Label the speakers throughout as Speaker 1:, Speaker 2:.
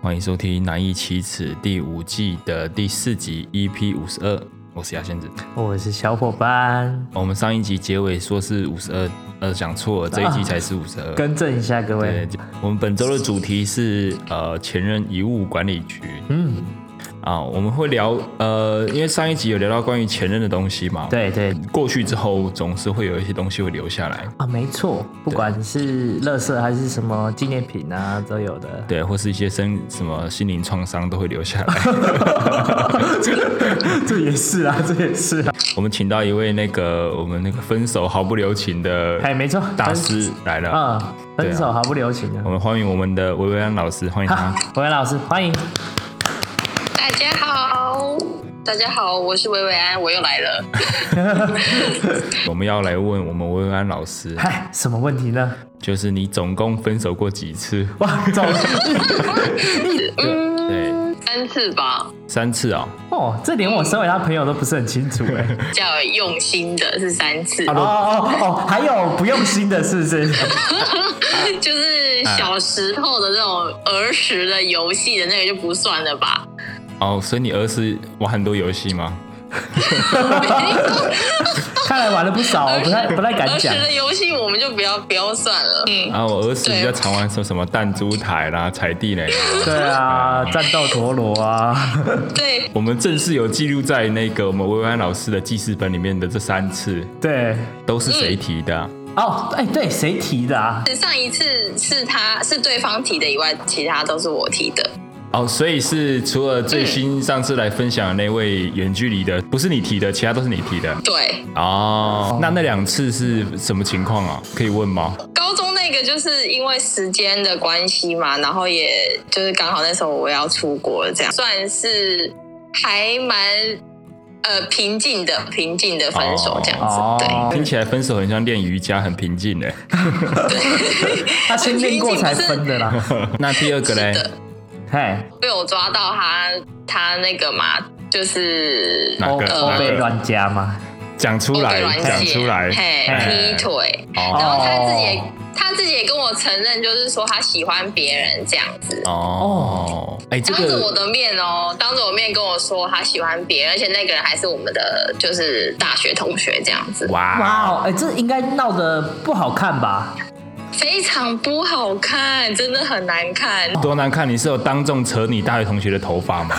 Speaker 1: 欢迎收听《难易启齿》第五季的第四集 EP 五十二，我是牙仙子。
Speaker 2: 哦我是小伙伴，
Speaker 1: 我们上一集结尾说是五十二，呃，讲错了，这一集才是五十二。
Speaker 2: 更正一下各
Speaker 1: 对
Speaker 2: 位。，
Speaker 1: 我们本周的主题是呃前任遗物管理局
Speaker 2: 嗯，
Speaker 1: 啊，我们会聊呃，因为上一集有聊到关于前任的东西嘛，，
Speaker 2: 对对
Speaker 1: 过去之后总是会有一些东西会留下来，
Speaker 2: 啊，没错，不管是垃圾还是什么纪念品啊，都有的。
Speaker 1: 对，或是一些生什么心灵创伤都会留下来。
Speaker 2: 这也是啊，这也是啊。
Speaker 1: 我们请到一位那个我们那个分手毫不留情的
Speaker 2: 哎，没错，
Speaker 1: 大
Speaker 2: 分
Speaker 1: 师来了。
Speaker 2: 啊，分手毫不留情
Speaker 1: 我
Speaker 2: 啊。
Speaker 1: 们欢迎我们的维维安老师，欢迎他
Speaker 2: 哈。，维维老师，欢迎。
Speaker 3: 大家好，大家好，我是薇薇安，我又来了。
Speaker 1: 我们要来问我们维维安老师，
Speaker 2: 嗨，哎什么问题呢？
Speaker 1: 就是你总共分手过几次？
Speaker 2: 哇，总
Speaker 1: 对
Speaker 3: 嗯，三次吧，
Speaker 1: 三次哦，
Speaker 2: 哦，这连我身为他朋友都不是很清楚哎。
Speaker 3: 比较用心的是三次，
Speaker 2: 哦哦哦，还有不用心的，是不是？
Speaker 3: 就是小时候的那种儿时的游戏的那个就不算了吧。
Speaker 1: 哦，所以你儿时玩很多游戏吗？
Speaker 2: 看来玩了不少，我不太不太敢
Speaker 3: 儿时
Speaker 2: 讲。
Speaker 3: 的游戏我们就不要不要算了。嗯，
Speaker 1: 啊，我儿时
Speaker 3: 对
Speaker 1: 比较常玩什么什么弹珠台啦、踩地雷啦。
Speaker 2: 对啊，战斗陀螺啊。
Speaker 3: 对，
Speaker 1: 我们正式有记录在那个我们维维安老师的记事本里面的这三次
Speaker 2: 对，
Speaker 1: 都是谁提的啊、
Speaker 2: 哦，哎，对，谁提的啊？
Speaker 3: 上一次是他是对方提的以外，其他都是我提的。
Speaker 1: 哦，所以是除了最新上次来分享的那位远距离的，不是你提的，其他都是你提的。
Speaker 3: 对，
Speaker 1: 哦，那那两次是什么情况啊？可以问吗？
Speaker 3: 高中那个就是因为时间的关系嘛，然后也就是刚好那时候我要出国了，这样算是还蛮呃平静的平静的分手这样子，
Speaker 2: 哦哦
Speaker 1: 听起来分手很像练瑜伽，很平静欸诶。
Speaker 2: 他先练过才分的 啦。
Speaker 1: 那第二个嘞
Speaker 3: 对，是的，
Speaker 2: 嘿，
Speaker 3: 被我抓到他他那个嘛，就是
Speaker 1: 哪
Speaker 2: 欧
Speaker 1: 个
Speaker 3: 呃
Speaker 2: 欧
Speaker 1: 哪
Speaker 2: 哦被
Speaker 1: 个？
Speaker 2: 乱加嘛。
Speaker 1: 讲出来
Speaker 3: 被，软
Speaker 1: 讲
Speaker 3: 解
Speaker 1: 出来。
Speaker 3: 嘿，
Speaker 1: 哎
Speaker 3: 劈腿，然
Speaker 1: 哦
Speaker 3: 后他自己也
Speaker 2: 哦
Speaker 3: 他自己也跟我承认，就是说他喜欢别人这样子。
Speaker 1: 哦，哎，这
Speaker 3: 当着我
Speaker 1: 个
Speaker 3: 的面哦，当着我面跟我说他喜欢别人，而且那个人还是我们的就是大学同学这样子，
Speaker 1: 哇，
Speaker 2: 哇哦，哎，这应该闹得不好看吧？
Speaker 3: 非常不好看，真的很难看。
Speaker 1: 多难看！你是有当众扯你大学同学的头发吗？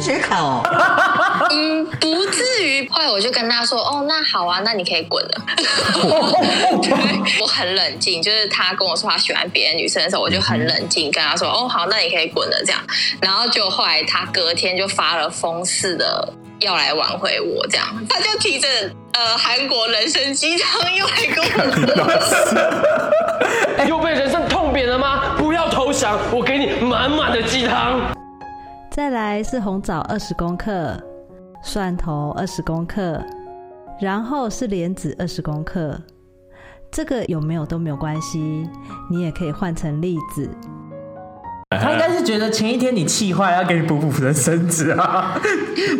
Speaker 4: 谁考？
Speaker 3: 嗯，不至于。后来我就跟他说，哦，那好啊，那你可以滚了。我很冷静，就是他跟我说他喜欢别的女生的时候，我就很冷静跟他说，哦，好，那你可以滚了这样。然后就后来他隔天就发了疯似的要来挽回我这样，他就提着呃韩国人参鸡汤又来跟我
Speaker 5: 又被人生痛扁了吗？不要投降，我给你满满的鸡汤。
Speaker 6: 再来是红枣二十公克，蒜头二十公克，然后是莲子二十公克。这个有没有都没有关系，你也可以换成栗子。
Speaker 1: 哎
Speaker 2: 他应该是觉得前一天你气坏，要给你补补人身子啊。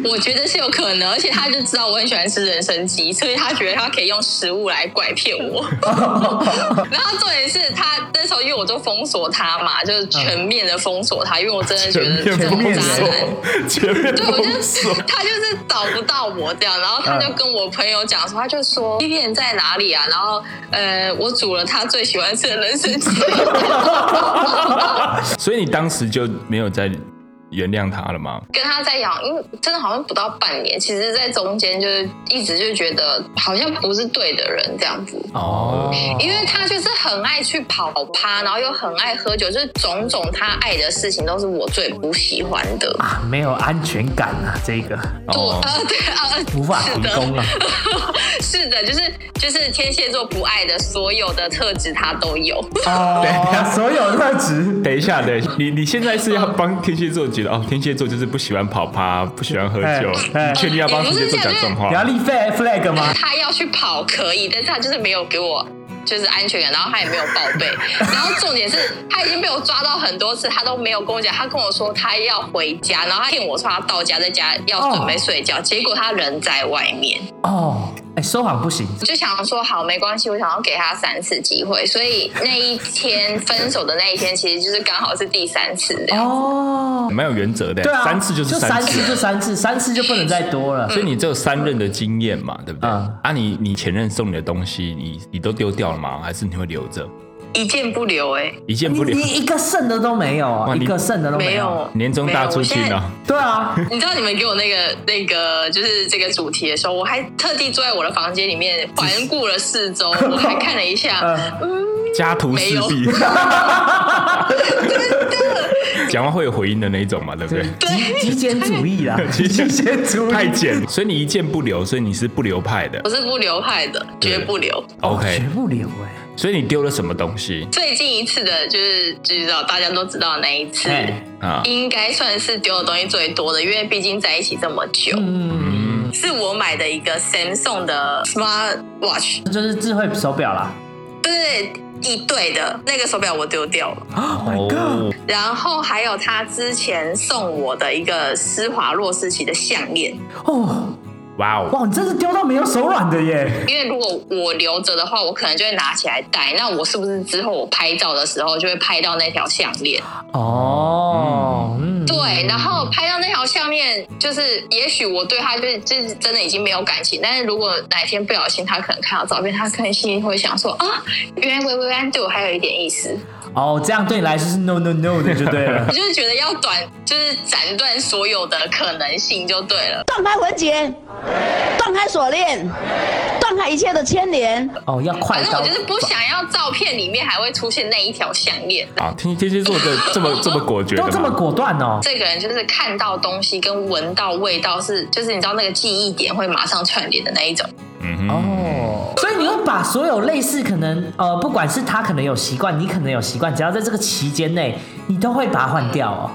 Speaker 3: 我觉得是有可能，而且他就知道我很喜欢吃人参鸡，所以他觉得他可以用食物来拐骗 我。然后重点是他那时候因为我就封锁他嘛，就是全
Speaker 1: 嗯
Speaker 3: 面的封锁他，因为我真的觉得这种
Speaker 2: 面
Speaker 3: 渣
Speaker 2: 封
Speaker 3: 男。
Speaker 1: 锁，前面
Speaker 3: 对，我就
Speaker 1: 封锁。嗯
Speaker 3: 他就是找不到我这样，然后他就跟我朋友讲说，他就说 B B 人在哪里啊？然后呃，我煮了他最喜欢吃的人参鸡。
Speaker 1: 所以你当时就没有再原谅他了吗？
Speaker 3: 跟他在养，因为真的好像不到半年，其实在中间就是一直就觉得好像不是对的人这样子。
Speaker 1: 哦，
Speaker 3: 因为他就是很爱去跑趴，然后又很爱喝酒，就是种种他爱的事情都是我最不喜欢的。
Speaker 2: 啊，没有安全感啊，这个
Speaker 1: 哦
Speaker 3: 我，呃，对啊，呃
Speaker 2: 无法提供啊。
Speaker 3: 是的，就是就是天蝎座不爱的所有的特质他都有。
Speaker 2: 哦，所有特质。
Speaker 1: 等一下，等一下，你你现在是要帮天蝎座觉得哦，天蝎座就是不喜欢跑趴，不喜欢喝酒，
Speaker 2: 哎哎哎
Speaker 1: 你确定要帮天蝎座讲这种话
Speaker 2: 你？要立 flag 吗？
Speaker 3: 他要去跑可以，但是他就是没有给我就是安全感，然后他也没有报备，然后重点是他已经被我抓到很多次，他都没有跟我讲，他跟我说他要回家，然后他骗我说他到家在家要准备睡觉，结果他人在外面。
Speaker 2: 哦，哎，收好不行，
Speaker 3: 我就想说好没关系，我想要给他三次机会，所以那一天分手的那一天，其实就是刚好是第三次这样。
Speaker 2: 哦，
Speaker 1: 蛮有原则的，
Speaker 2: 对啊，
Speaker 1: 三次就是
Speaker 2: 就
Speaker 1: 三
Speaker 2: 三
Speaker 1: 次
Speaker 2: 次，就三次，三次就不能再多了。
Speaker 1: 所以你只有三任的经验嘛，对不对？
Speaker 2: 嗯
Speaker 1: 啊，你你前任送你的东西，你你都丢掉了吗？还是你会留着？
Speaker 3: 一件不留哎、
Speaker 1: 一件
Speaker 2: 你
Speaker 1: 不留
Speaker 2: 你，一个剩的都没有
Speaker 1: 哇
Speaker 2: 啊，
Speaker 1: 你
Speaker 2: 一个剩的都
Speaker 3: 没
Speaker 2: 有。
Speaker 3: 有
Speaker 1: 年终大出去
Speaker 3: 没有我现
Speaker 1: 呢
Speaker 3: 在？
Speaker 2: 对啊，
Speaker 3: 你知道你们给我那个那个就是这个主题的时候，我还特地坐在我的房间里面环顾了四周，我还看了一下，
Speaker 1: 嗯
Speaker 2: 呃，
Speaker 1: 家徒四壁， 讲话会有回音的那一种嘛，对不对？
Speaker 2: 极极简主义 啦，极简主
Speaker 1: 太
Speaker 2: 义。
Speaker 1: 简，所以你一件不留，所以你是不留派的
Speaker 3: 我。是不留派的，
Speaker 1: 对
Speaker 3: 绝不留。
Speaker 1: OK，
Speaker 2: 学不了哎，
Speaker 1: 所以你丢了什么东西
Speaker 3: 最近一次的就是就知道大家都知道那一次，
Speaker 2: 哎，
Speaker 1: 啊？
Speaker 3: 应该算是丢的东西最多的，因为毕竟在一起这么久。
Speaker 2: 嗯，
Speaker 3: 是我买的一个 Samsung 的 Smart Watch，
Speaker 2: 就是智慧手表啦。
Speaker 3: 对一对的那个手表我丢掉了，
Speaker 2: Oh
Speaker 1: 哦，
Speaker 3: 然后还有他之前送我的一个施华洛世奇的项链，
Speaker 2: 哦，
Speaker 1: 哇哦，
Speaker 2: 哇，你真是丢到没有手软的耶！
Speaker 3: 因为如果我留着的话，我可能就会拿起来戴，那我是不是之后我拍照的时候就会拍到那条项链？
Speaker 2: 哦，嗯，
Speaker 3: 对，然后拍到那条项链，就是也许我对他就是就是真的已经没有感情，但是如果哪一天不小心他可能看到照片，他可能心里会想说啊，原来薇薇安对我还有一点意思，
Speaker 2: 哦，这样对你来说是 no no no 的就对了
Speaker 3: 我。就是觉得要短，就是斩断所有的可能性就对了。
Speaker 4: 断开文结，断开锁链，断开一切的牵连。
Speaker 2: 哦，要快
Speaker 3: 反正
Speaker 2: 刀
Speaker 3: 我。就是不想要照片里面还会出现那一条项链。
Speaker 1: 啊，天天蝎座的这 么这么果决
Speaker 2: 都
Speaker 1: 的
Speaker 2: 这么
Speaker 1: 吗？
Speaker 2: 果断哦，
Speaker 3: 这个人就是看到东西跟闻到味道是，就是你知道那个记忆点会马上串联的那一种。
Speaker 1: 嗯哼，
Speaker 2: 哦，所以你会把所有类似可能呃，不管是他可能有习惯，你可能有习惯，只要在这个期间内，你都会把它换掉哦。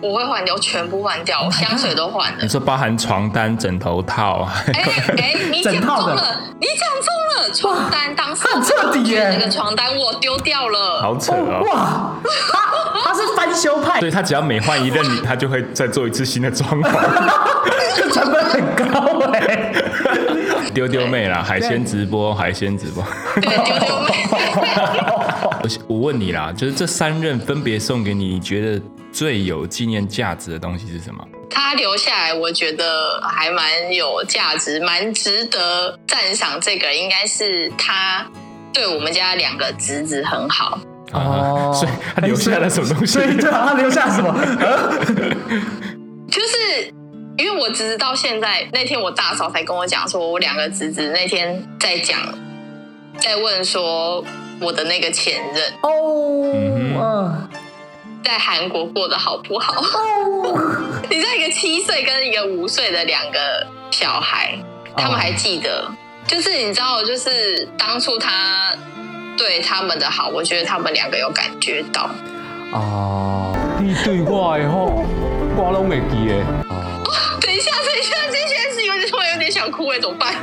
Speaker 3: 我会换掉，全部换掉，我香水都换了
Speaker 1: 你。说包含床单、枕头套，
Speaker 3: 哎 哎，你讲
Speaker 2: 整套
Speaker 3: 中
Speaker 2: 的
Speaker 3: 了，你讲中了，床单当时
Speaker 2: 很彻底耶
Speaker 3: 那个床单我丢掉了，
Speaker 1: 好扯
Speaker 2: Oh,
Speaker 1: 哦。
Speaker 2: 哇，他他是翻修派
Speaker 1: 所，以他只要每换一任，他就会再做一次新的装 潢。
Speaker 2: 这成本很高哎、
Speaker 1: 丢丢妹啦，海鲜直播，海鲜直播。
Speaker 3: 对，丢丢妹。
Speaker 1: 我我问你啦，就是这三任分别送给你，你觉得最有纪念价值的东西是什么？
Speaker 3: 他留下来，我觉得还蛮有价值，蛮值得赞赏。这个人应该是他对我们家两个侄子很好，
Speaker 1: 啊所以他留下了什么东西
Speaker 2: 哦 所？以对啊，他留下什么？
Speaker 3: 就是因为我侄子到现在那天我大嫂才跟我讲说，我两个侄子那天在讲，在问说我的那个前任
Speaker 2: 哦，
Speaker 1: 嗯哼
Speaker 2: 嗯，
Speaker 3: 在韩国过得好不好？ 你知道一个七岁跟一个五岁的两个小孩，他们还记得，就是你知道，就是当初他对他们的好，我觉得他们两个有感觉到。
Speaker 2: 哦，
Speaker 7: 你对我的好，我拢会记的。
Speaker 3: 等一下，等一下，这件事有点突然有点想哭哎，怎么办？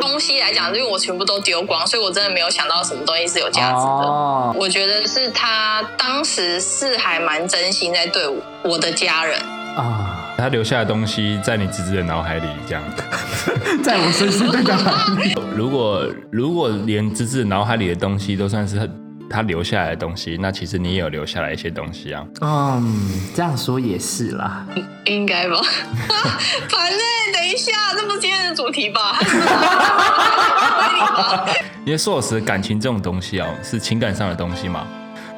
Speaker 3: 东西来讲，因为我全部都丢光，所以我真的没有想到什么东西是有价值的。
Speaker 2: 哦，
Speaker 3: 我觉得是他当时是还蛮真心在对我我的家人，
Speaker 2: 啊，
Speaker 1: 他留下的东西在你侄子的脑海里，这样。
Speaker 2: 在我深深的感
Speaker 1: 如果如果连侄子脑海里的东西都算是他他留下来的东西，那其实你也有留下来一些东西啊。
Speaker 2: 嗯，这样说也是啦。
Speaker 3: 应该吧？ 烦嘞、等一下，这不是今天的主题吧？
Speaker 1: 因为说实，感情这种东西哦，是情感上的东西嘛。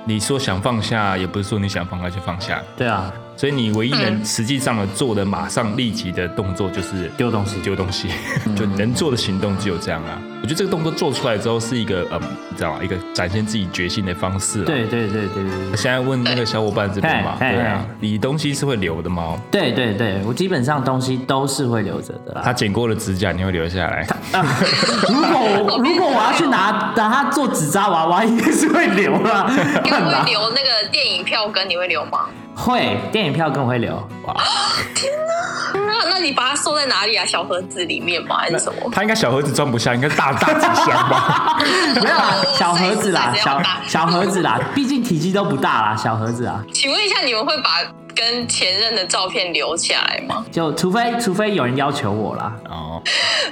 Speaker 1: 你说想放下，也不是说你想放下就放下，
Speaker 2: 对啊，
Speaker 1: 所以你唯一能
Speaker 3: 嗯
Speaker 1: 实际上的做的马上立即的动作就是
Speaker 2: 丢东西
Speaker 1: 丢东西，就能做的行动只有这样啊。我觉得这个动作做出来之后是一个嗯，你知道吗？一个展现自己决心的方式、啊。，
Speaker 2: 对对对对对
Speaker 1: 我现在问那个小伙伴这边嘛，
Speaker 2: 嘿嘿
Speaker 1: 对啊
Speaker 2: 嘿，
Speaker 1: 你东西是会留的吗？
Speaker 2: 对对对，我基本上东西都是会留着的啦。
Speaker 1: 他剪过的指甲你会留下来？
Speaker 2: 如果我如果我要去拿拿它做纸扎娃娃，应该是会留啦，
Speaker 3: 你
Speaker 2: 干嘛
Speaker 3: 会？留那个电影票根，你会留吗？
Speaker 2: 会电影票更会留，
Speaker 3: 那那你把它收在哪里啊？小盒子里面吗？还是什么？
Speaker 1: 他应该小盒子装不下，应该大大纸箱吧？
Speaker 2: 没有啦，小盒子啦，
Speaker 3: 谁谁谁要
Speaker 2: 小
Speaker 3: 拿
Speaker 2: 小盒子啦，毕竟体积都不大啦，小盒子啊。
Speaker 3: 请问一下，你们会把跟前任的照片留起来吗？
Speaker 2: 就除非除非有人要求我啦，
Speaker 1: 哦，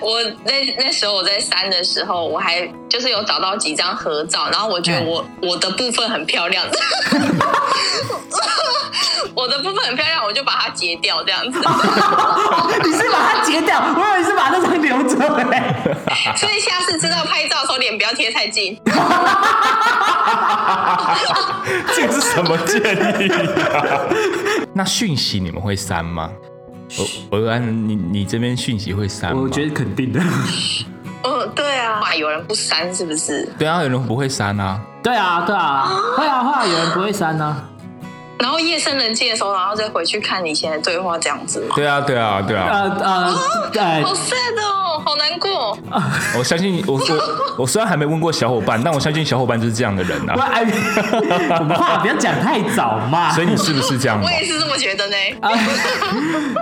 Speaker 3: 我那那时候我在三的时候，我还就是有找到几张合照，然后我觉得我、我的部分很漂亮， 我的部分很漂亮，我就把它截掉这样子。
Speaker 2: 你是把它截掉，我以为是把那张留着哎、
Speaker 3: 所以下次知道拍照的时候脸不要贴太 近。
Speaker 1: 这个是什么建议啊？ 那讯息你们会删吗？我我按你你这边讯息会删吗？
Speaker 2: 我觉
Speaker 1: 得
Speaker 2: 得肯定的。哦
Speaker 3: 嗯，对啊，哇，有人不删是不是？
Speaker 1: 对啊，有人不会删啊。
Speaker 2: 对啊，对啊，会啊会啊，有人不会删啊。
Speaker 3: 然后夜深人静的时候，然后再回去看以前的对话这样子吗？
Speaker 1: 对啊，对啊，对啊！
Speaker 2: 呃呃，对
Speaker 3: 好 sad 哦，好难过。
Speaker 1: 我相信我我我虽然还没问过小伙伴，但我相信小伙伴就是这样的人
Speaker 2: 我
Speaker 1: 啊。
Speaker 2: 哎，我们话不要讲太早嘛。
Speaker 1: 所以你是不是这样
Speaker 3: 我？也是这么觉得呢。
Speaker 2: 啊，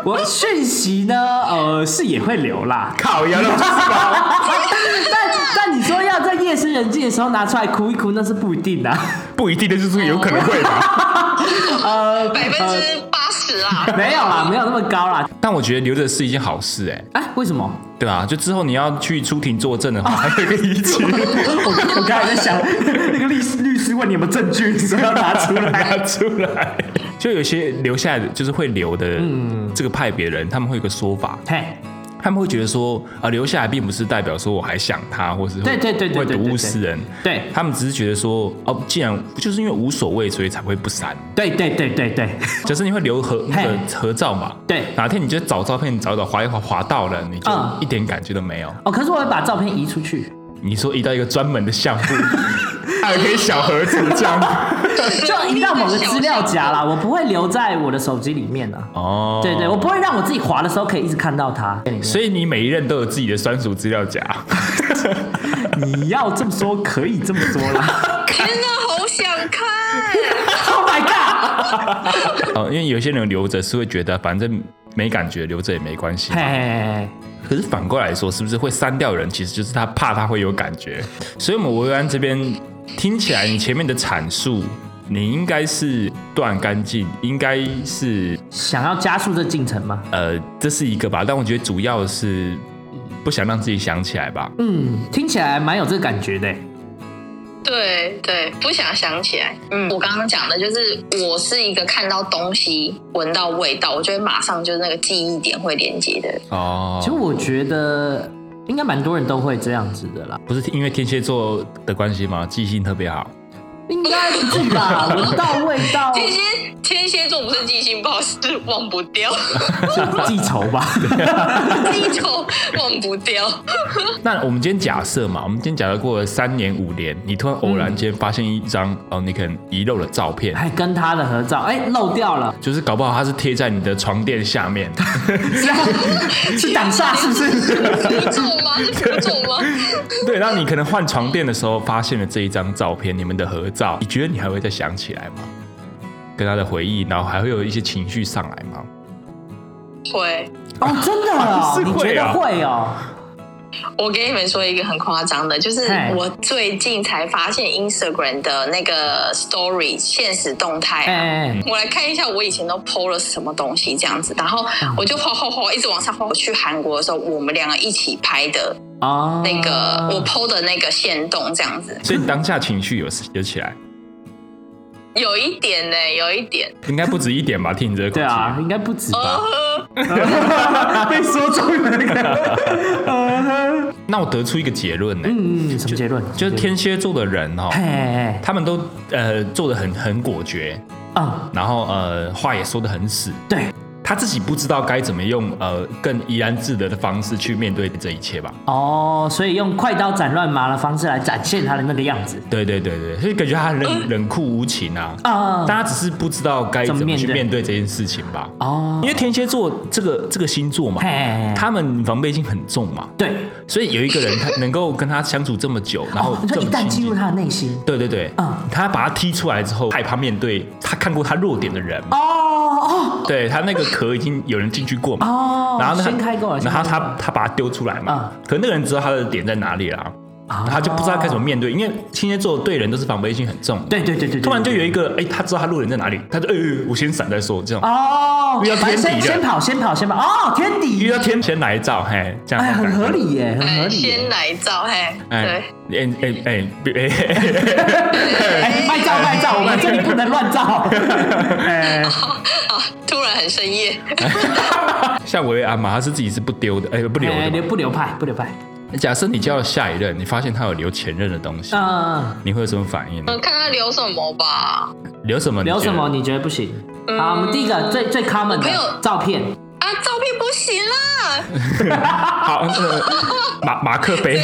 Speaker 2: 我讯息呢，呃，是也会留啦。
Speaker 1: 靠呀，那不是吧
Speaker 2: 但但你说要在夜深人静的时候拿出来哭一哭，那是不一定的、
Speaker 1: 不一定的，就是有可能会吧。
Speaker 2: 呃，
Speaker 3: 百分
Speaker 2: 呃
Speaker 3: 之八十啦。
Speaker 2: 啊没有啦，没有那么高啦。
Speaker 1: 但我觉得留着是一件好事、哎，
Speaker 2: 哎、为什么？
Speaker 1: 对啊，就之后你要去出庭作证的话，
Speaker 2: 啊
Speaker 1: 还有一个仪器
Speaker 2: 我刚我刚才在想， 那个律师律师问你有没有证据，你说要拿出
Speaker 1: 拿
Speaker 2: 来。
Speaker 1: 出 来。就有些留下来的，就是会留的
Speaker 2: 嗯
Speaker 1: 这个派别人，他们会有个说法，
Speaker 2: 嘿，
Speaker 1: 他们会觉得说啊，留下来并不是代表说我还想他，或是会
Speaker 2: 对对对对
Speaker 1: 会
Speaker 2: 对
Speaker 1: 睹
Speaker 2: 对
Speaker 1: 物
Speaker 2: 对
Speaker 1: 思人，
Speaker 2: 对
Speaker 1: 他们只是觉得说哦，既然就是因为无所谓，所以才会不删。
Speaker 2: 对对对对对，
Speaker 1: 就是你会留合那个合照嘛？
Speaker 2: 对
Speaker 1: 哪天你就找照片，找一找划一划，划到了你就
Speaker 2: 嗯
Speaker 1: 一点感觉都没有。
Speaker 2: 哦，可是我会把照片移出去，
Speaker 1: 你说移到一个专门的项目， 还可以小盒子这样。
Speaker 2: 就移到某个资料夹 啦，我不会留在我的手机里面的。啊
Speaker 1: 哦，
Speaker 2: 对对，我不会让我自己滑的时候可以一直看到它。
Speaker 1: 所以你每一任都有自己的专属资料夹。
Speaker 2: 你要这么说，可以这么说 啦。
Speaker 3: 天哪，好想看！
Speaker 2: oh my god！
Speaker 1: 哦，因为有些人留着是会觉得反正没感觉，留着也没关系
Speaker 2: 嘿。嘿，
Speaker 1: 可是反过来说，是不是会删掉人？其实就是他怕他会有感觉。所以，我们维安这边听起来，你前面的阐述，你应该是断干净，应该是
Speaker 2: 想要加速这进程吗？
Speaker 1: 呃，这是一个吧。但我觉得主要是不想让自己想起来吧。
Speaker 2: 嗯，听起来蛮有这个感觉的。
Speaker 3: 对对，不想想起来。嗯，我刚刚讲的就是，我是一个看到东西、闻到味道，我就会马上就是那个记忆点会连接的人。
Speaker 1: 哦
Speaker 2: 其实我觉得应该蛮多人都会这样子的啦，
Speaker 1: 不是因为天蝎座的关系吗？记性特别好。
Speaker 2: 应该不至于 吧？闻到味道
Speaker 3: 天蝎天蝎座不是记性不好，是忘不掉，
Speaker 2: 就记仇 吧？
Speaker 3: 记仇忘不掉。
Speaker 1: 那我们今天假设嘛，我们今天假设过了三年五年，你突然偶然间发现一张、哦，你可能遗漏的照片，
Speaker 2: 还跟他的合照，哎、漏掉了，
Speaker 1: 就是搞不好它是贴在你的床垫下面，
Speaker 2: 是啊是挡煞是不是？
Speaker 3: 不中吗？是不中吗？
Speaker 1: 对，让你可能换床垫的时候发现了这一张照片，你们的合照，你觉得你还会再想起来吗？跟他的回忆，然后还会有一些情绪上来吗？
Speaker 3: 会。
Speaker 2: 哦，真的哦，
Speaker 1: 是
Speaker 2: 你觉
Speaker 1: 会啊
Speaker 2: 得会哦？
Speaker 3: 我给你们说一个很夸张的，就是
Speaker 2: 嗨
Speaker 3: 我最近才发现 Instagram 的那个 Story 现实动态、啊。
Speaker 2: 哎、
Speaker 3: 我来看一下我以前都 PO 了什么东西这样子，然后
Speaker 2: 嗯
Speaker 3: 我就哗哗哗一直往上哗。我去韩国的时候，我们两个一起拍的
Speaker 2: 哦，
Speaker 3: 那个、我 PO 的那个线动这样子，
Speaker 1: 所以你当下情绪有有起来，
Speaker 3: 有一点呢、有一点。
Speaker 1: 应该不止一点吧？听你这个口
Speaker 2: 对
Speaker 1: 气，
Speaker 2: 啊，应该不止吧？
Speaker 3: 呃，
Speaker 2: 被说中了那个，
Speaker 1: 那我得出一个结论呢、
Speaker 2: 嗯，什么结论？
Speaker 1: 就是天蝎座的人哦，
Speaker 2: 嘿，哎
Speaker 1: 他们都呃做的很很果决，
Speaker 2: 哎啊，
Speaker 1: 然后呃话也说的很死，
Speaker 2: 对，
Speaker 1: 他自己不知道该怎么用呃更怡然自得的方式去面对这一切吧。
Speaker 2: 哦，所以用快刀斩乱麻的方式来展现他的那个样子
Speaker 1: 对对对对，所以感觉他冷冷酷无情啊，
Speaker 2: 啊，
Speaker 1: 大家只是不知道该怎
Speaker 2: 嗯怎么
Speaker 1: 么
Speaker 2: 面
Speaker 1: 去
Speaker 2: 对
Speaker 1: 面对这件事情吧。
Speaker 2: 哦，
Speaker 1: 因为天蝎座这个这个星座嘛
Speaker 2: 嘿，嘿，嘿
Speaker 1: 他们防备心很重嘛，
Speaker 2: 对，
Speaker 1: 所以有一个人他能够跟他相处这么久，然后
Speaker 2: 哦，你
Speaker 1: 这
Speaker 2: 说一
Speaker 1: 么
Speaker 2: 旦
Speaker 1: 亲
Speaker 2: 进入
Speaker 1: 近。
Speaker 2: 他的内心，
Speaker 1: 对对对，
Speaker 2: 嗯
Speaker 1: 他把他踢出来之后，害怕面对他看过他弱点的人嘛
Speaker 2: 哦哦
Speaker 1: 对他那个壳已经有人进去过嘛，
Speaker 2: 哦，
Speaker 1: 然后呢，
Speaker 2: 掀开过了，嗯
Speaker 1: 然后
Speaker 2: 掀开
Speaker 1: 他
Speaker 2: 过了
Speaker 1: 他把它丢出来嘛，可那个人知道他的点在哪里啦，
Speaker 2: 啊
Speaker 1: 他就不知道该怎么面对，因为天蝎座对人都是防备心很重的。
Speaker 2: 对对对对对
Speaker 1: 突然就有一个，哎、他知道他路人在哪里，他就，哎、我先闪再说，这样。
Speaker 2: 哦，
Speaker 1: 遇到天敌了
Speaker 2: 先先跑，先跑，先跑哦，天
Speaker 1: 遇
Speaker 2: 敌，
Speaker 1: 到天先来一照，嘿，这样。
Speaker 2: 哎，很合。理耶，很合
Speaker 3: 哎，
Speaker 2: 理耶。
Speaker 3: 先来照嘿，
Speaker 1: 哎
Speaker 3: 对，，
Speaker 1: 哎哎哎，别哎，
Speaker 2: 哎，卖照卖照，我们这里不能乱照。哎，
Speaker 3: 啊，突然很深夜，
Speaker 1: 像维维安嘛，他是自己是不丢的，哎、不留
Speaker 2: 哎
Speaker 1: 的
Speaker 2: 留
Speaker 1: 嘛。
Speaker 2: 不留派，不留派。
Speaker 1: 假设你交了下一任，你发现他有留前任的东西，
Speaker 2: 嗯，
Speaker 1: 你会有什么反应？
Speaker 3: 我看他留什么吧。
Speaker 1: 留什么？
Speaker 2: 留什么？
Speaker 1: 你
Speaker 2: 你觉得不行？好，我们第一个最最 common
Speaker 3: 我朋友
Speaker 2: 的照片，
Speaker 3: 啊，照片不行啦，
Speaker 1: 觉得？好，呃马马克 杯，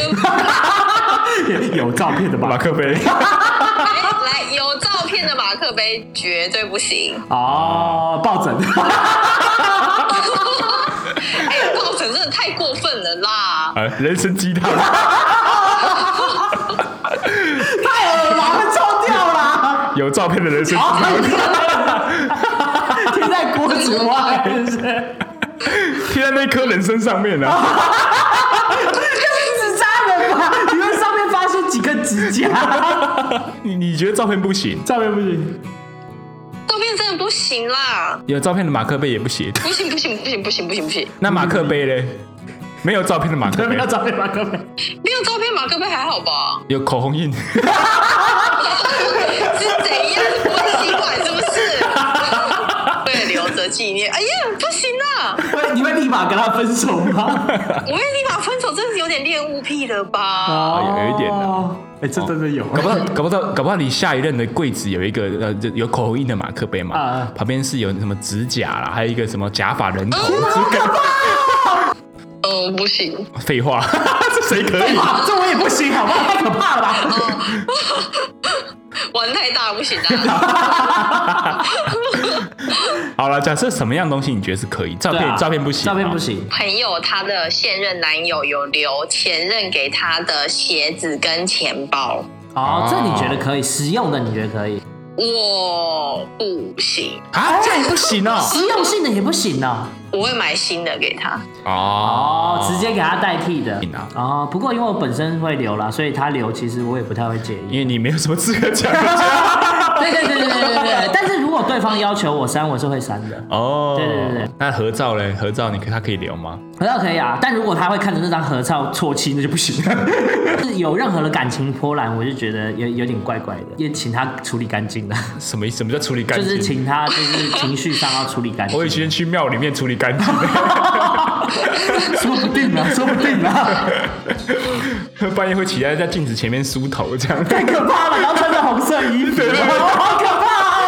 Speaker 2: 有照片的
Speaker 1: 马？克 杯。
Speaker 3: 哎来有照片的马克杯绝对不行。
Speaker 2: 哦，抱枕。
Speaker 3: 哎，抱枕真的太过分了啦！
Speaker 1: 啊，人生鸡 汤。
Speaker 2: 太恶了吧，会臭掉啦！
Speaker 1: 有照片的人生
Speaker 2: 哦，太恶了贴在锅子外，是不是？
Speaker 1: 贴在那颗人身上面啊。
Speaker 2: 是渣人吧？你们上面发现几根指甲？
Speaker 1: 你你觉得照片不行？
Speaker 2: 照片不行。
Speaker 3: 照片真的不行啦，
Speaker 1: 有照片的马克杯也不行。
Speaker 3: 不行不行不行不行不行不行，
Speaker 1: 那马克杯嘞？没有照片的马克
Speaker 2: 嗯 有没
Speaker 1: 杯
Speaker 2: 有，照片吗？各位，
Speaker 3: 没有照片马克杯还好吧？
Speaker 1: 有口红印。
Speaker 3: 是怎样？不会吸管是不是？对，留着纪念。哎呀，不行啦，
Speaker 2: 会你会立马跟他分手 吗？
Speaker 3: 我跟立马分手，真是有点恋物癖了吧？
Speaker 2: 哦
Speaker 1: 哎有有一点啊。
Speaker 2: 哎，这真的有。
Speaker 1: 搞不到，搞不到，搞不到你下一任的柜子有一个呃，就有口红印的马克杯嘛，
Speaker 2: 啊啊
Speaker 1: 旁边是有什么指甲啦，还有一个什么假发人头指甲。
Speaker 3: 嗯，不行。
Speaker 1: 废话， 这谁可以？
Speaker 2: 哇，啊这我也不行，好不好？太可怕了吧！
Speaker 3: 玩太大不行啊！
Speaker 1: 好了，假设什么样东西你觉得是可以？照
Speaker 2: 对
Speaker 1: 片，
Speaker 2: 啊
Speaker 1: 照片不行，
Speaker 2: 照片不。行。
Speaker 3: 朋友她的现任男友有留前任给她的鞋子跟钱包，
Speaker 1: 啊
Speaker 2: 哦，这你觉得可以，实用的你觉得可以，
Speaker 3: 我不行，
Speaker 1: 啊，这样也不行哦。
Speaker 2: 实用性的也不行哦。
Speaker 3: 我会买新的给她。
Speaker 1: 哦
Speaker 2: 哦，直接给他代替的
Speaker 1: 行啊。
Speaker 2: 哦，不过因为我本身会留啦，所以他留其实我也不太会介意。
Speaker 1: 哦因为你没有什么资格讲人家。
Speaker 2: 对对对对对对对。但是如果对方要求我删，我是会删的。
Speaker 1: 哦，
Speaker 2: 对对对对
Speaker 1: 那合照嘞？合照你可他可以留吗？
Speaker 2: 合照可以啊，但如果他会看着那张合照啜泣，那就不行了。 就是有任何的感情波澜，我就觉得有有点怪怪的，也请他处理干净了，
Speaker 1: 什么意思？什么叫处理干
Speaker 2: 就
Speaker 1: 净？
Speaker 2: 是请他就是情绪上要处理干净。
Speaker 1: 我以前去庙里面处理干净，
Speaker 2: 说不定啊，说不定啊，
Speaker 1: 半夜会起来在镜子前面梳头这 样。
Speaker 2: 太可怕了，然后穿着红色 衣服，好可怕哦。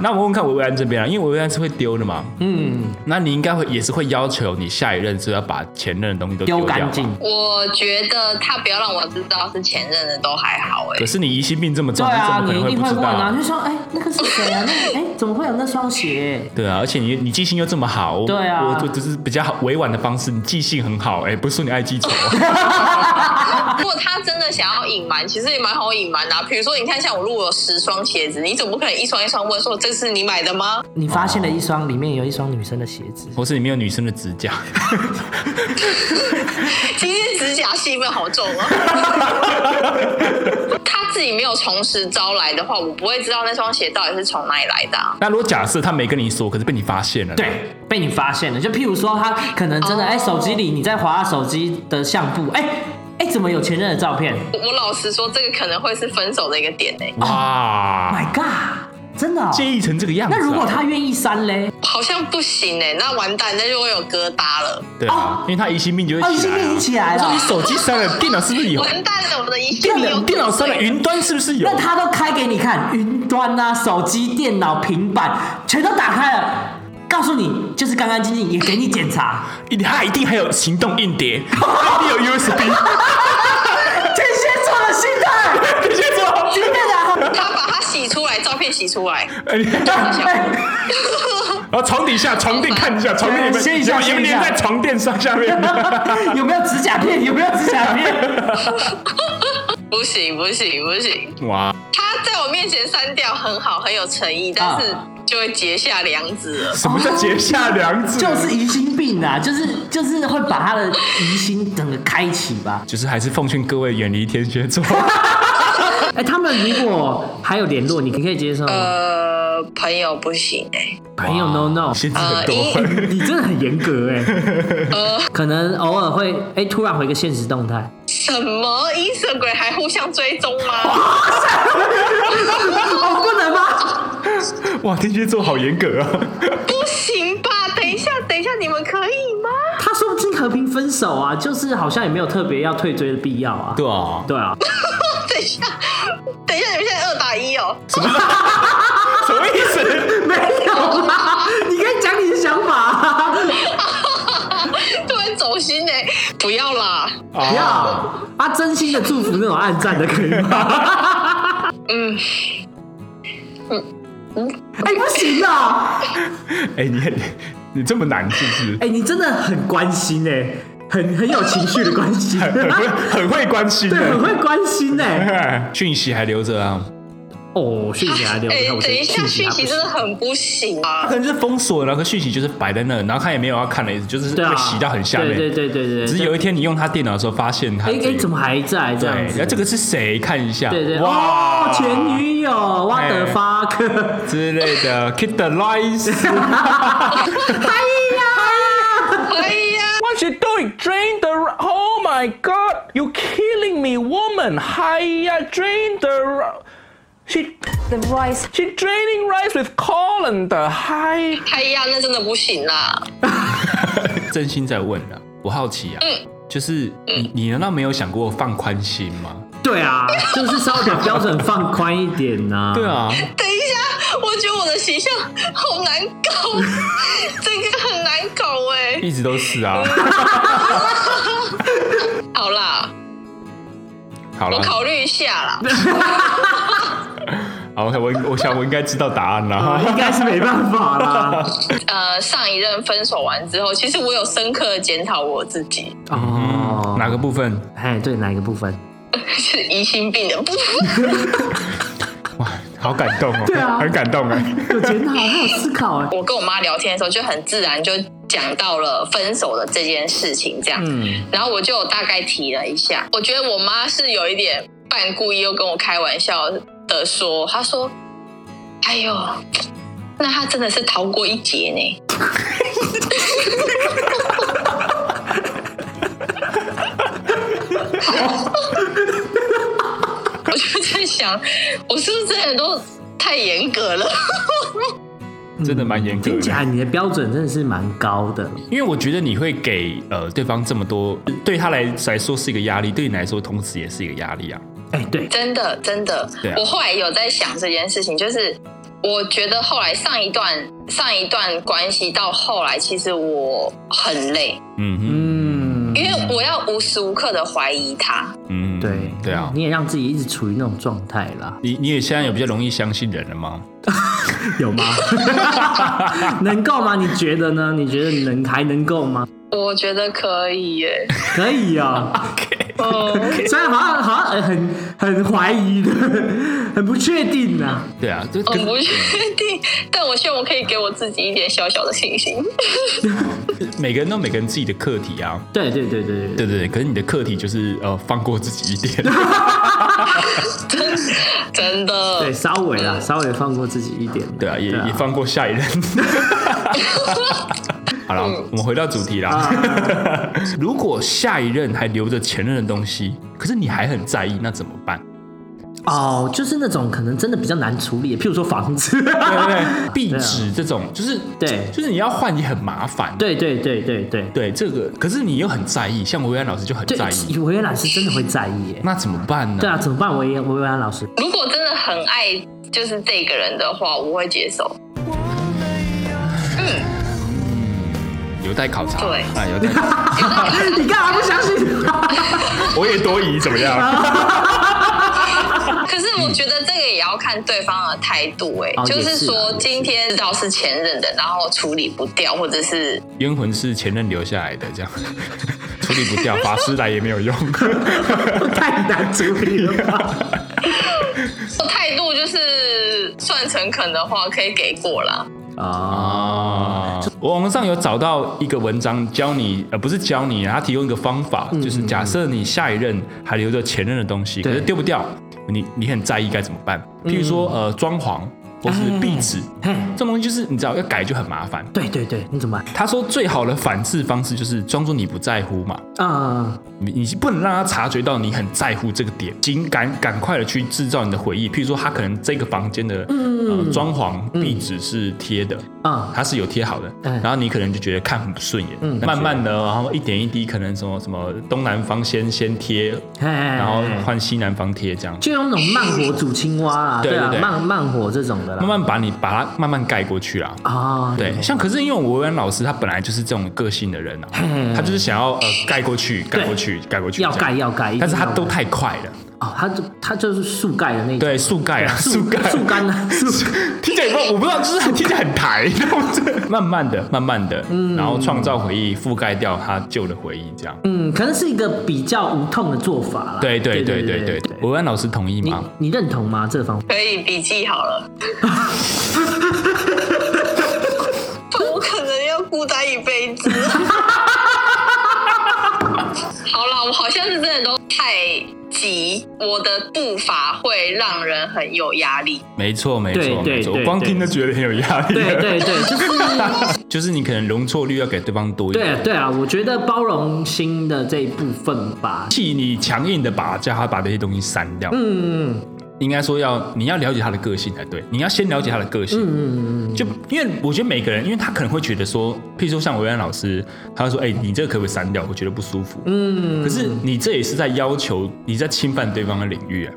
Speaker 1: 那我问问看维维安这边啊，因为维维安是会丢的嘛。嗯，那你应该会也是会要求你下一任是要把前任的东西都
Speaker 2: 丢
Speaker 1: 掉
Speaker 2: 干
Speaker 1: 吧
Speaker 2: 净。。
Speaker 3: 我觉得他不要让我知道是前任的都还好 哎、
Speaker 1: 可是你疑心病这么
Speaker 2: 对
Speaker 1: 重，你怎
Speaker 2: 啊，
Speaker 1: 么可
Speaker 2: 你
Speaker 1: 能
Speaker 2: 一定
Speaker 1: 不
Speaker 2: 会
Speaker 1: 知
Speaker 2: 问
Speaker 1: 道
Speaker 2: 啊，就说哎、那个是谁啊？那个哎、怎么会有那双鞋？
Speaker 1: 对啊，而且你你记性又这么好，我
Speaker 2: 对啊
Speaker 1: 我就只是比较好委婉的方式，你记性很好，哎、不是说你爱 记仇，
Speaker 3: 如果他真的想要隐瞒，其实也蛮好隐瞒的啊、比如说，你看像我如果有十双鞋子，你总不可能一双一双问说这是你买的吗？
Speaker 2: 你发现了一双里面有一双女生的鞋子，
Speaker 1: 或是你没有女生的指甲，
Speaker 3: 今天指甲戏份好重哦。他自己没有从实招来的话，我不会知道那双鞋到底是从哪里来的啊、
Speaker 1: 那如果假设他没跟你说，可是被你发现了，，
Speaker 2: 对，被你发现了。就譬如说，他可能真的
Speaker 3: 哦
Speaker 2: 哎、手机里你在划手机的相簿，哎、哎、怎么有前任的照片
Speaker 3: 我我老实说，这个可能会是分手的一个点欸呢、
Speaker 1: 哇，
Speaker 2: Oh ？My God，真的、哦？
Speaker 1: 介意成啊这个样子啊、
Speaker 2: 那如果他愿意删嘞？
Speaker 3: 好像不行哎、那完蛋，那就会有疙瘩了，
Speaker 1: 对啊，因为他疑心病就会
Speaker 2: 哦，已
Speaker 1: 起
Speaker 2: 经
Speaker 1: 来、啊，
Speaker 2: 变起来
Speaker 1: 我说你。
Speaker 2: 了
Speaker 1: 手机删了，电脑是不是有？
Speaker 3: 完蛋了，我的一切
Speaker 1: 电
Speaker 3: 没有
Speaker 1: 脑电脑删了，云端是不是有
Speaker 2: 那？他都开给你看，云端啊、手机、电脑、平板全都打开了，告诉你就是干干净净，也给你检 查。
Speaker 1: 他一定还有行动硬碟，一定有 USB。
Speaker 2: 天蝎座的心 态，
Speaker 1: 天蝎座，
Speaker 2: 今天的啊
Speaker 3: 他把它洗出来，照片洗出来，
Speaker 2: 哎
Speaker 1: 然后床底下床垫看一下，床垫有没有
Speaker 2: 掀一
Speaker 1: 有
Speaker 2: 下
Speaker 1: 没有
Speaker 2: 掀一下
Speaker 1: 粘在床 垫上下面？
Speaker 2: 有没有指甲片？有没有指甲片？
Speaker 3: 不行不行不行，
Speaker 1: 哇，
Speaker 3: 他在我面前删掉很好，很有诚意，
Speaker 1: 啊
Speaker 3: 但是就会结下梁子了。
Speaker 1: 什么叫结下梁子？
Speaker 2: 就是疑心病啊，就是就是会把他的疑心整个开启吧。
Speaker 1: 就是还是奉劝各位远离天蝎 座。
Speaker 2: 哎、他们如果还有联络，你可以接受吗？
Speaker 3: 呃，朋友不行哎、
Speaker 2: 朋友 no no，
Speaker 1: 心机很多，
Speaker 2: 你真的很严格哎、可能偶尔会哎、突然回个现实动态，
Speaker 3: 什么 Instagram 还互相追踪
Speaker 1: 啊
Speaker 3: 吗？
Speaker 2: 哦不能吗？
Speaker 1: 哇，天蝎座好严格啊！
Speaker 3: 不行吧？等一下，等一下，你们可以吗？
Speaker 2: 他说不定和平分手啊，就是好像也没有特别要退追的必要啊。
Speaker 1: 对啊，
Speaker 2: 对啊，
Speaker 3: 等一下，等一下，你们现在二打一哦。
Speaker 1: 什么意思？
Speaker 2: 没有啦，你可以讲你的想法、啊。
Speaker 3: 突然走心哎、不要啦，
Speaker 2: 不要啊，真心的祝福那种暗赞的可以吗？
Speaker 3: 嗯，
Speaker 2: 哎、不行啊！
Speaker 1: 哎、你很你这么难是不是？
Speaker 2: 哎、你真的很关心哎、很很有情绪的关 心，
Speaker 1: 很会很会关心
Speaker 2: 对，很
Speaker 1: 的，
Speaker 2: 会关心哎、
Speaker 1: 讯息还留着啊，
Speaker 2: 哦，讯息还留着，
Speaker 3: 哎、
Speaker 2: 我觉
Speaker 3: 等
Speaker 2: 得
Speaker 3: 一下，
Speaker 2: 息
Speaker 3: 讯
Speaker 2: 还
Speaker 3: 息
Speaker 2: 不
Speaker 3: 真
Speaker 2: 行
Speaker 3: 的很不行
Speaker 1: 他
Speaker 3: 啊。
Speaker 1: 可能就是封锁了，然后讯息就是摆在那，然后他也没有要看的意思，就是
Speaker 2: 对啊，
Speaker 1: 会洗到很下面。
Speaker 2: 对对对对对，
Speaker 1: 只是有一天你用他电脑的时候，发现他
Speaker 2: 哎
Speaker 1: 这
Speaker 2: 哎、
Speaker 1: 个
Speaker 2: 怎么还在这
Speaker 1: 对
Speaker 2: 样？子？
Speaker 1: 那这个是谁？看一下，
Speaker 2: 对对哦，前女友，what the
Speaker 1: 哎
Speaker 2: fuck？
Speaker 1: 之类的，Kid the Lies，
Speaker 3: 哎呀，
Speaker 5: What you doing? Drain the. r- Oh my God! You killing me, woman! Hiya, drain the. r- She
Speaker 8: The rice
Speaker 5: she draining rice with colander. Hi.
Speaker 3: 哎呀，那真的不行啊啦。
Speaker 1: 真心在问啊，我好奇啊，就是你你难道没有想过放宽心吗？
Speaker 2: 对啊，就是稍微把标准放宽一点呐、
Speaker 1: 对，啊，
Speaker 3: 等一下，我觉得我的形象好难搞，这个很难搞哎、
Speaker 1: 一直都是 啊。
Speaker 3: 好啦，
Speaker 1: 好了
Speaker 3: 我，考虑一下啦。
Speaker 1: 好，我我我想我应该知道答案了。
Speaker 2: 哦应该是没办法 啦。
Speaker 3: 呃，上一任分手完之后，其实我有深刻的检讨我自己，
Speaker 2: 哦，
Speaker 1: 嗯哪个部分？
Speaker 2: 哎，对，哪一个部分？
Speaker 3: 就是疑心病的部分。
Speaker 1: 哇，好感动哦，
Speaker 2: 对啊
Speaker 1: 很感动哎。
Speaker 2: 有检讨，还有思考哎。
Speaker 3: 我跟我妈聊天的时候，就很自然就讲到了分手的这件事情，这样，
Speaker 2: 嗯，
Speaker 3: 然后我就有大概提了一下，我觉得我妈是有一点半故意又跟我开玩笑的说，她说：“哎呦，那她真的是逃过一劫呢。” 我就在想，我是不是真的都太严格了？
Speaker 1: 真的蛮严格的
Speaker 2: 嗯听起来你的标准真的是蛮高的。
Speaker 1: 因为我觉得你会给呃对方这么多，对他来来说是一个压力，对你来说同时也是一个压力啊。
Speaker 2: 哎，对，
Speaker 3: 真的，真的，
Speaker 1: 对啊
Speaker 3: 我后来有在想这件事情，就是我觉得后来上一段上一段关系到后来，其实我很累，
Speaker 1: 嗯哼
Speaker 2: 嗯，
Speaker 3: 因为我要无时无刻的怀疑他。
Speaker 1: 嗯，
Speaker 2: 对
Speaker 1: 对啊。
Speaker 2: 你也让自己一直处于那种状态啦，
Speaker 1: 你你也现在有比较容易相信人了吗？
Speaker 2: 有吗？ 能够吗？你觉得呢？你觉得你能还能够吗？
Speaker 3: 我觉得可以耶，
Speaker 2: 可以啊、
Speaker 3: 嗯，
Speaker 2: 虽然好像好像呃很很怀疑的， 很不确定呐、啊。
Speaker 1: 对啊，就
Speaker 3: 我
Speaker 1: 跟
Speaker 3: 不确定，但我希望我可以给我自己一点小小的信心。
Speaker 1: 每个人都有每个人自己的课题啊。
Speaker 2: 对对对对对
Speaker 1: 对对对，可是你的课题就是呃放过自己一 点。
Speaker 3: 真的
Speaker 2: 对，，稍微啦，稍微放过自己一点。
Speaker 1: 对啊，也也放过下一 任。好了，我们回到主题啦。 如果下一任还留着前任的东西，可是你还很在意，那怎么办？
Speaker 2: 哦，就是那种可能真的比较难处理，譬如说房子。
Speaker 1: 对不 对？壁纸这种，就是
Speaker 2: 对
Speaker 1: 就是你要换也很麻烦。
Speaker 2: 对 对对对对
Speaker 1: 对，这个可是你又很在意，像维安老师就很在意
Speaker 2: 对，，维也老师真的会在意耶。
Speaker 1: 那怎么办呢？
Speaker 2: 对啊，怎么办？维也维也老师，
Speaker 3: 如果真的很爱就是这个人的话，我会接受。
Speaker 1: 有待考察。
Speaker 3: 对
Speaker 1: 啊，有待考 察。
Speaker 2: 你干嘛不相信？
Speaker 1: 我也多疑，怎么 样？
Speaker 3: 可是我觉得这个也要看对方的态度、欸，哎、
Speaker 2: 哦
Speaker 3: 就
Speaker 2: 也是啊
Speaker 3: 说
Speaker 2: 也是
Speaker 3: 今天知道是前任的，然后处理不掉，或者是
Speaker 1: 冤魂是前任留下来的，这样 处处理不掉，法师来也没有用。
Speaker 2: 太难处理了 吧？
Speaker 3: 态度就是算诚恳的话，可以给过啦。
Speaker 2: 啊、
Speaker 1: 啊，我网上有找到一个文章教你，呃，不是教你，他提供一个方法，就是假设你下一任还留着前任的东西，可
Speaker 2: 嗯对嗯
Speaker 1: 是丢不掉，你你很在意该怎么办？譬如说，呃，装潢或是壁纸，
Speaker 2: 嘿
Speaker 1: 这种东西就是你知道要改就很麻烦。
Speaker 2: 对对对，你怎么办？
Speaker 1: 他说最好的反制方式就是装作你不在乎嘛，
Speaker 2: 啊、
Speaker 1: 你你是不能让他察觉到你很在乎这个点，尽赶赶快的去制造你的回忆。譬如说，他可能这个房间的、呃装潢壁纸是贴的，
Speaker 2: 嗯
Speaker 1: 它是有贴好的，
Speaker 2: 嗯
Speaker 1: 然后你可能就觉得看很不顺眼，慢慢的，哦然后一点一滴，可能什么什么东南方先先贴，
Speaker 2: 嘿
Speaker 1: 然后换西南方贴这样。
Speaker 2: 就用那种慢火煮青蛙啦，
Speaker 1: 对
Speaker 2: 啊，
Speaker 1: 对对
Speaker 2: 慢慢火这种的啦，
Speaker 1: 慢慢把你把它慢慢盖过去啦。
Speaker 2: 啊，
Speaker 1: 对，像可是因为我文老师他本来就是这种个性的人啊，他就是想要呃盖过去，盖过去，盖过去，
Speaker 2: 要
Speaker 1: 这样
Speaker 2: 盖要盖，
Speaker 1: 但是他
Speaker 2: 一定要
Speaker 1: 都
Speaker 2: 盖
Speaker 1: 太快了。
Speaker 2: 哦，他就他就是树盖的那种，
Speaker 1: 对，树盖啊，树盖，
Speaker 2: 树 干啊，树
Speaker 1: 听起来不，我不知道， 就是很听起来很台，然后这慢慢的、慢慢的，然后创造回忆，覆盖掉他旧的回忆，这样。
Speaker 2: 嗯，可能是一个比较无痛的做法啦。
Speaker 1: 对对对
Speaker 2: 对
Speaker 1: 对对，啊对文安老师同意
Speaker 2: 你
Speaker 1: 吗？
Speaker 2: 你认同吗？这个方法？
Speaker 3: 可以笔记好 了。我可能要孤单一辈 子。好啦，我好像是真的都太急，我的步伐会让人很有压力。
Speaker 1: 没错没
Speaker 2: 对
Speaker 1: 错
Speaker 2: 对
Speaker 1: 没错，
Speaker 2: 对
Speaker 1: 我光
Speaker 2: 对
Speaker 1: 听都觉得很有压力。
Speaker 2: 对对对，就是
Speaker 1: 就是你可能容错率要给对方多一
Speaker 2: 对
Speaker 1: 点。
Speaker 2: 啊对啊，我觉得包容心的这一部分吧，
Speaker 1: 替你强硬的把叫他把这些东西删掉，
Speaker 2: 嗯
Speaker 1: 应该说要你要了解他的个性才对，你要先了解他的个性，
Speaker 2: 嗯，
Speaker 1: 就因为我觉得每个人，因为他可能会觉得说，譬如说像维安老师，他会说：“哎、你这个可不可以删掉？我觉得不舒服。”嗯，可是你这也是在要求，你在侵犯对方的领域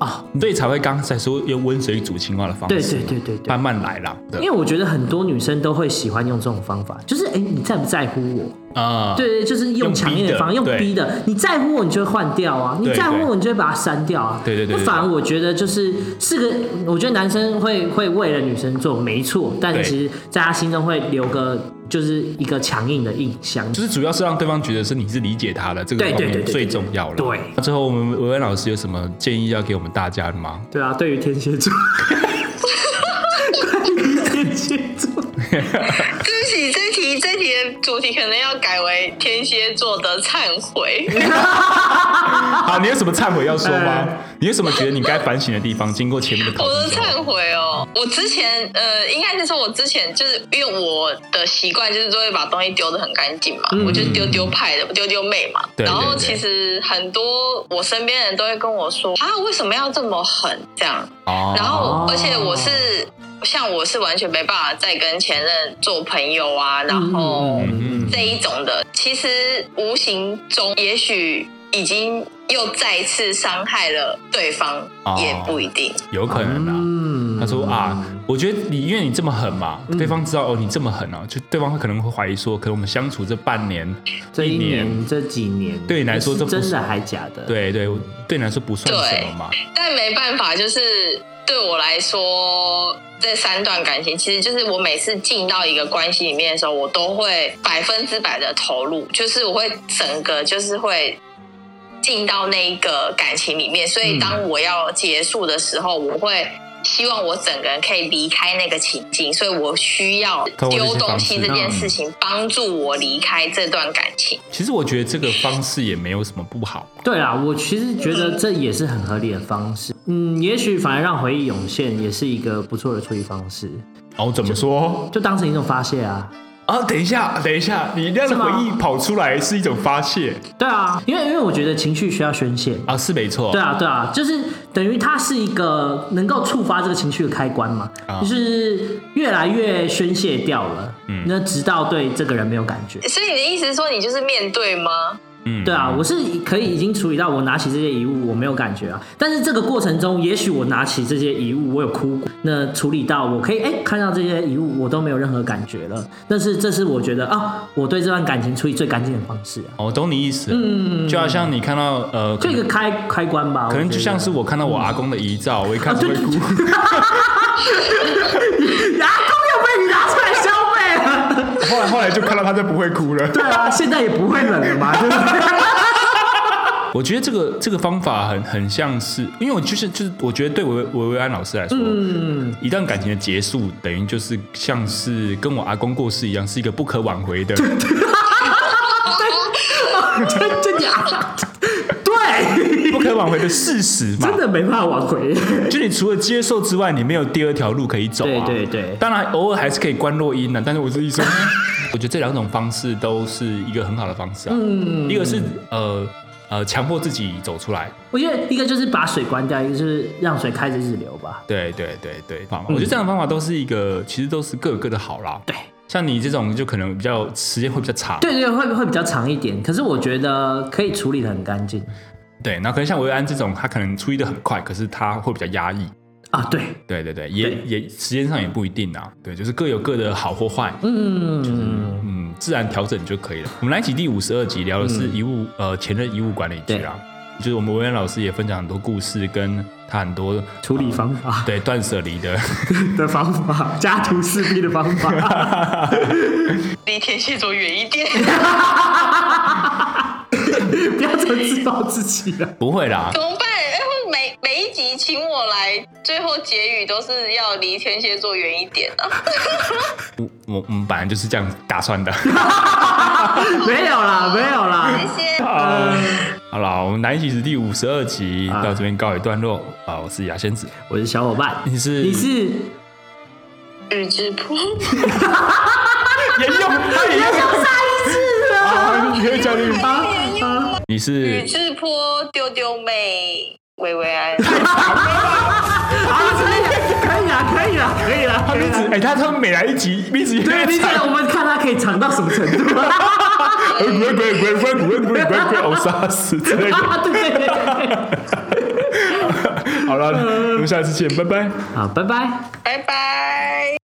Speaker 1: 啊，
Speaker 2: 哦，
Speaker 1: 所以才会刚才说用温水煮青蛙的方
Speaker 2: 对
Speaker 1: 式，
Speaker 2: 对对对对
Speaker 1: 慢。慢来啦。
Speaker 2: 因为我觉得很多女生都会喜欢用这种方法，就是哎、诶你在不在乎我？
Speaker 1: 啊，
Speaker 2: 对对，就是
Speaker 1: 用
Speaker 2: 用强硬
Speaker 1: 逼的
Speaker 2: 的方，用
Speaker 1: 对
Speaker 2: 逼的。你在乎我，你就会换掉啊；你
Speaker 1: 对
Speaker 2: 在乎
Speaker 1: 对
Speaker 2: 我，你就会把它删掉啊。
Speaker 1: 对对对对
Speaker 2: 那反而我觉得就是是个，我觉得男生会会为了女生做没错，但
Speaker 1: 对
Speaker 2: 其实在他心中会留个就是一个强硬的印象。
Speaker 1: 就是主要是让对方觉得是你是理解他的，这个
Speaker 2: 对对
Speaker 1: 方
Speaker 2: 对
Speaker 1: 面
Speaker 2: 对对
Speaker 1: 最重要了。
Speaker 2: 对
Speaker 1: 那最后我们维安老师有什么建议要给我们大家的吗？
Speaker 2: 对啊，对于天蝎座，关于天蝎座，
Speaker 3: 自己这题这题的主题可能要改为天蝎座的忏 悔。
Speaker 1: 好，啊你有什么忏悔要说吗
Speaker 2: 哎？
Speaker 1: 你有什么觉得你该反省的地方？经过前面的讨
Speaker 3: 我
Speaker 1: 论
Speaker 3: 的
Speaker 1: 之后，
Speaker 3: 忏悔哦，我之前呃，应该是说我之前就是因为我的习惯就是都会把东西丢的很干净嘛，我就丢丢派的，丢丢妹嘛。
Speaker 1: 嗯对
Speaker 3: 然后
Speaker 1: 对对
Speaker 3: 其实很多我身边人都会跟我说啊，为什么要这么狠这样？
Speaker 1: 哦
Speaker 3: 然后而且我是像我是完全没办法再跟前任做朋友啊，然后
Speaker 1: 嗯
Speaker 3: 这一种的，其实无形中也许已经又再次伤害了对方，
Speaker 1: 哦
Speaker 3: 也不一定。
Speaker 1: 有可能啊。
Speaker 2: 嗯
Speaker 1: 他说啊，我觉得你因为你这么狠嘛，对方知道哦你这么狠哦，就对方会可能会怀疑说，可能我们相处这半年，
Speaker 2: 这一
Speaker 1: 一年
Speaker 2: 年这几年
Speaker 1: 对你来说
Speaker 2: 是
Speaker 1: 这不
Speaker 2: 真
Speaker 1: 是
Speaker 2: 的还假的？，
Speaker 1: 对对，对你来说不算
Speaker 3: 对
Speaker 1: 什么嘛，
Speaker 3: 但没办法，就是对我来说，这三段感情其实就是我每次进到一个关系里面的时候，我都会百分之百的投入，就是我会整个就是会进到那一个感情里面。所以当我要结束的时候，我会。希望我整个人可以离开那个情境，所以我需要
Speaker 1: 透过这些
Speaker 3: 丢东西
Speaker 1: 方式
Speaker 3: 这件事情帮助我离开这段感情。
Speaker 1: 其实我觉得这个方式也没有什么不好，
Speaker 2: 对啦，我其实觉得这也是很合理的方式。嗯，也许反而让回忆涌现，也是一个不错的处理方式，
Speaker 1: 哦，怎么说
Speaker 2: 就当成一种发泄啊。
Speaker 1: 啊？等一下，等一下，你这样的
Speaker 2: 是吗
Speaker 1: 回忆跑出来是一种发泄
Speaker 2: 对啊，因为因为我觉得情绪需要宣泄。
Speaker 1: 啊，是没错
Speaker 2: 对，啊，对啊，就是等于它是一个能够触发这个情绪的开关嘛，就是越来越宣泄掉了，那直到对这个人没有感觉。
Speaker 3: 所以你的意思是说，你就是面对吗？
Speaker 1: 嗯，
Speaker 2: 对啊，我是可以已经处理到我拿起这些遗物我没有感觉啊，但是这个过程中，也许我拿起这些遗物我有哭过，那处理到我可以哎、看到这些遗物我都没有任何感觉了，但是这是我觉得啊我对这段感情处理最干净的方式啊，
Speaker 1: 哦，我懂你意思，嗯，就好像你看到呃，可
Speaker 2: 就一个
Speaker 1: 能
Speaker 2: 开开关吧，
Speaker 1: 可能
Speaker 2: 我觉
Speaker 1: 就
Speaker 2: 得啊
Speaker 1: 像是我看到我阿公的遗照，我一看就会哭，
Speaker 2: 牙膏又被你拿出来消费了。
Speaker 1: 后来后来就看到到他就不会哭了。
Speaker 2: 对啊， 现在也不会冷了 嘛，对不对？
Speaker 1: 我觉得这个这个方法很很像是，因为我就是就是，我觉得对维维维安老师来说，嗯，一段感情的结束，等于就是像是跟我阿公过世一样，是一个不可挽回的。
Speaker 2: 真真假？对，
Speaker 1: 不可挽回的事实嘛
Speaker 2: 真，的没办法挽回。
Speaker 1: 就你除了接受之外，你没有第二条路可以走啊。
Speaker 2: 对对对
Speaker 1: 当然偶尔还是可以关落音的、啊但是我是一说， 我觉得这两种方式都是一个很好的方式啊。嗯，一个是呃呃强迫自己走出来，
Speaker 2: 我觉得一个就是把水关掉，一个就是让水开着一直流吧。
Speaker 1: 对对对对，方法我觉得这样的方法都是一个，其实都是各有各的好啦。
Speaker 2: 嗯对，
Speaker 1: 像你这种就可能比较时间会比较长。
Speaker 2: 对对，会会比较长一点，可是我觉得可以处理的很干净
Speaker 1: 对，那可能像维安这种，他可能出狱的很快，可是他会比较压抑。
Speaker 2: 啊。对，
Speaker 1: 对对对，也
Speaker 2: 对
Speaker 1: 也时间上也不一定啊。对，就是各有各的好或坏，
Speaker 2: 嗯，
Speaker 1: 嗯，自然调整就可以了。我们来一起第五十二集聊的是遗物、呃前任遗物管理局啊，就是我们维安老师也分享很多故事，跟他很多呃
Speaker 2: 处理方法
Speaker 1: 对断舍离 的。
Speaker 2: 的方法，家徒四壁的方 法。
Speaker 3: 离天蝎座远一点。
Speaker 2: 不要再自暴自弃 了。
Speaker 1: 不会啦，
Speaker 3: 怎么办？哎，会每每一集请我来，最后结语都是要离天蝎座远一点啊。
Speaker 1: 我我我们本来就是这样打 算的。
Speaker 2: 没有啦，没有啦。
Speaker 3: 谢谢。
Speaker 1: 好了，我们南一起是第五十二集、
Speaker 2: 啊
Speaker 1: 到这边告一段落啊！我是牙仙子，
Speaker 2: 我是小伙伴，
Speaker 1: 你是
Speaker 2: 你是
Speaker 3: 宇智波，
Speaker 1: 也用也用上一次了，哎你讲你
Speaker 2: 啊啊，
Speaker 1: 你
Speaker 3: 宇
Speaker 1: 是
Speaker 3: 智波丢丢妹，薇薇安。
Speaker 2: 好了，可以了，可以了，可以了，
Speaker 1: 他
Speaker 2: 可以
Speaker 1: 名字
Speaker 2: 了。
Speaker 1: 哎，他他每来一集名字
Speaker 2: 对，你讲，我们看他可以长到什么程 度。
Speaker 1: 滚滚滚滚滚滚滚滚滚，我杀死之类的。
Speaker 2: 对 对对对对。
Speaker 1: 好了，我们下次见，拜拜。
Speaker 2: 好，拜拜。
Speaker 3: 拜拜。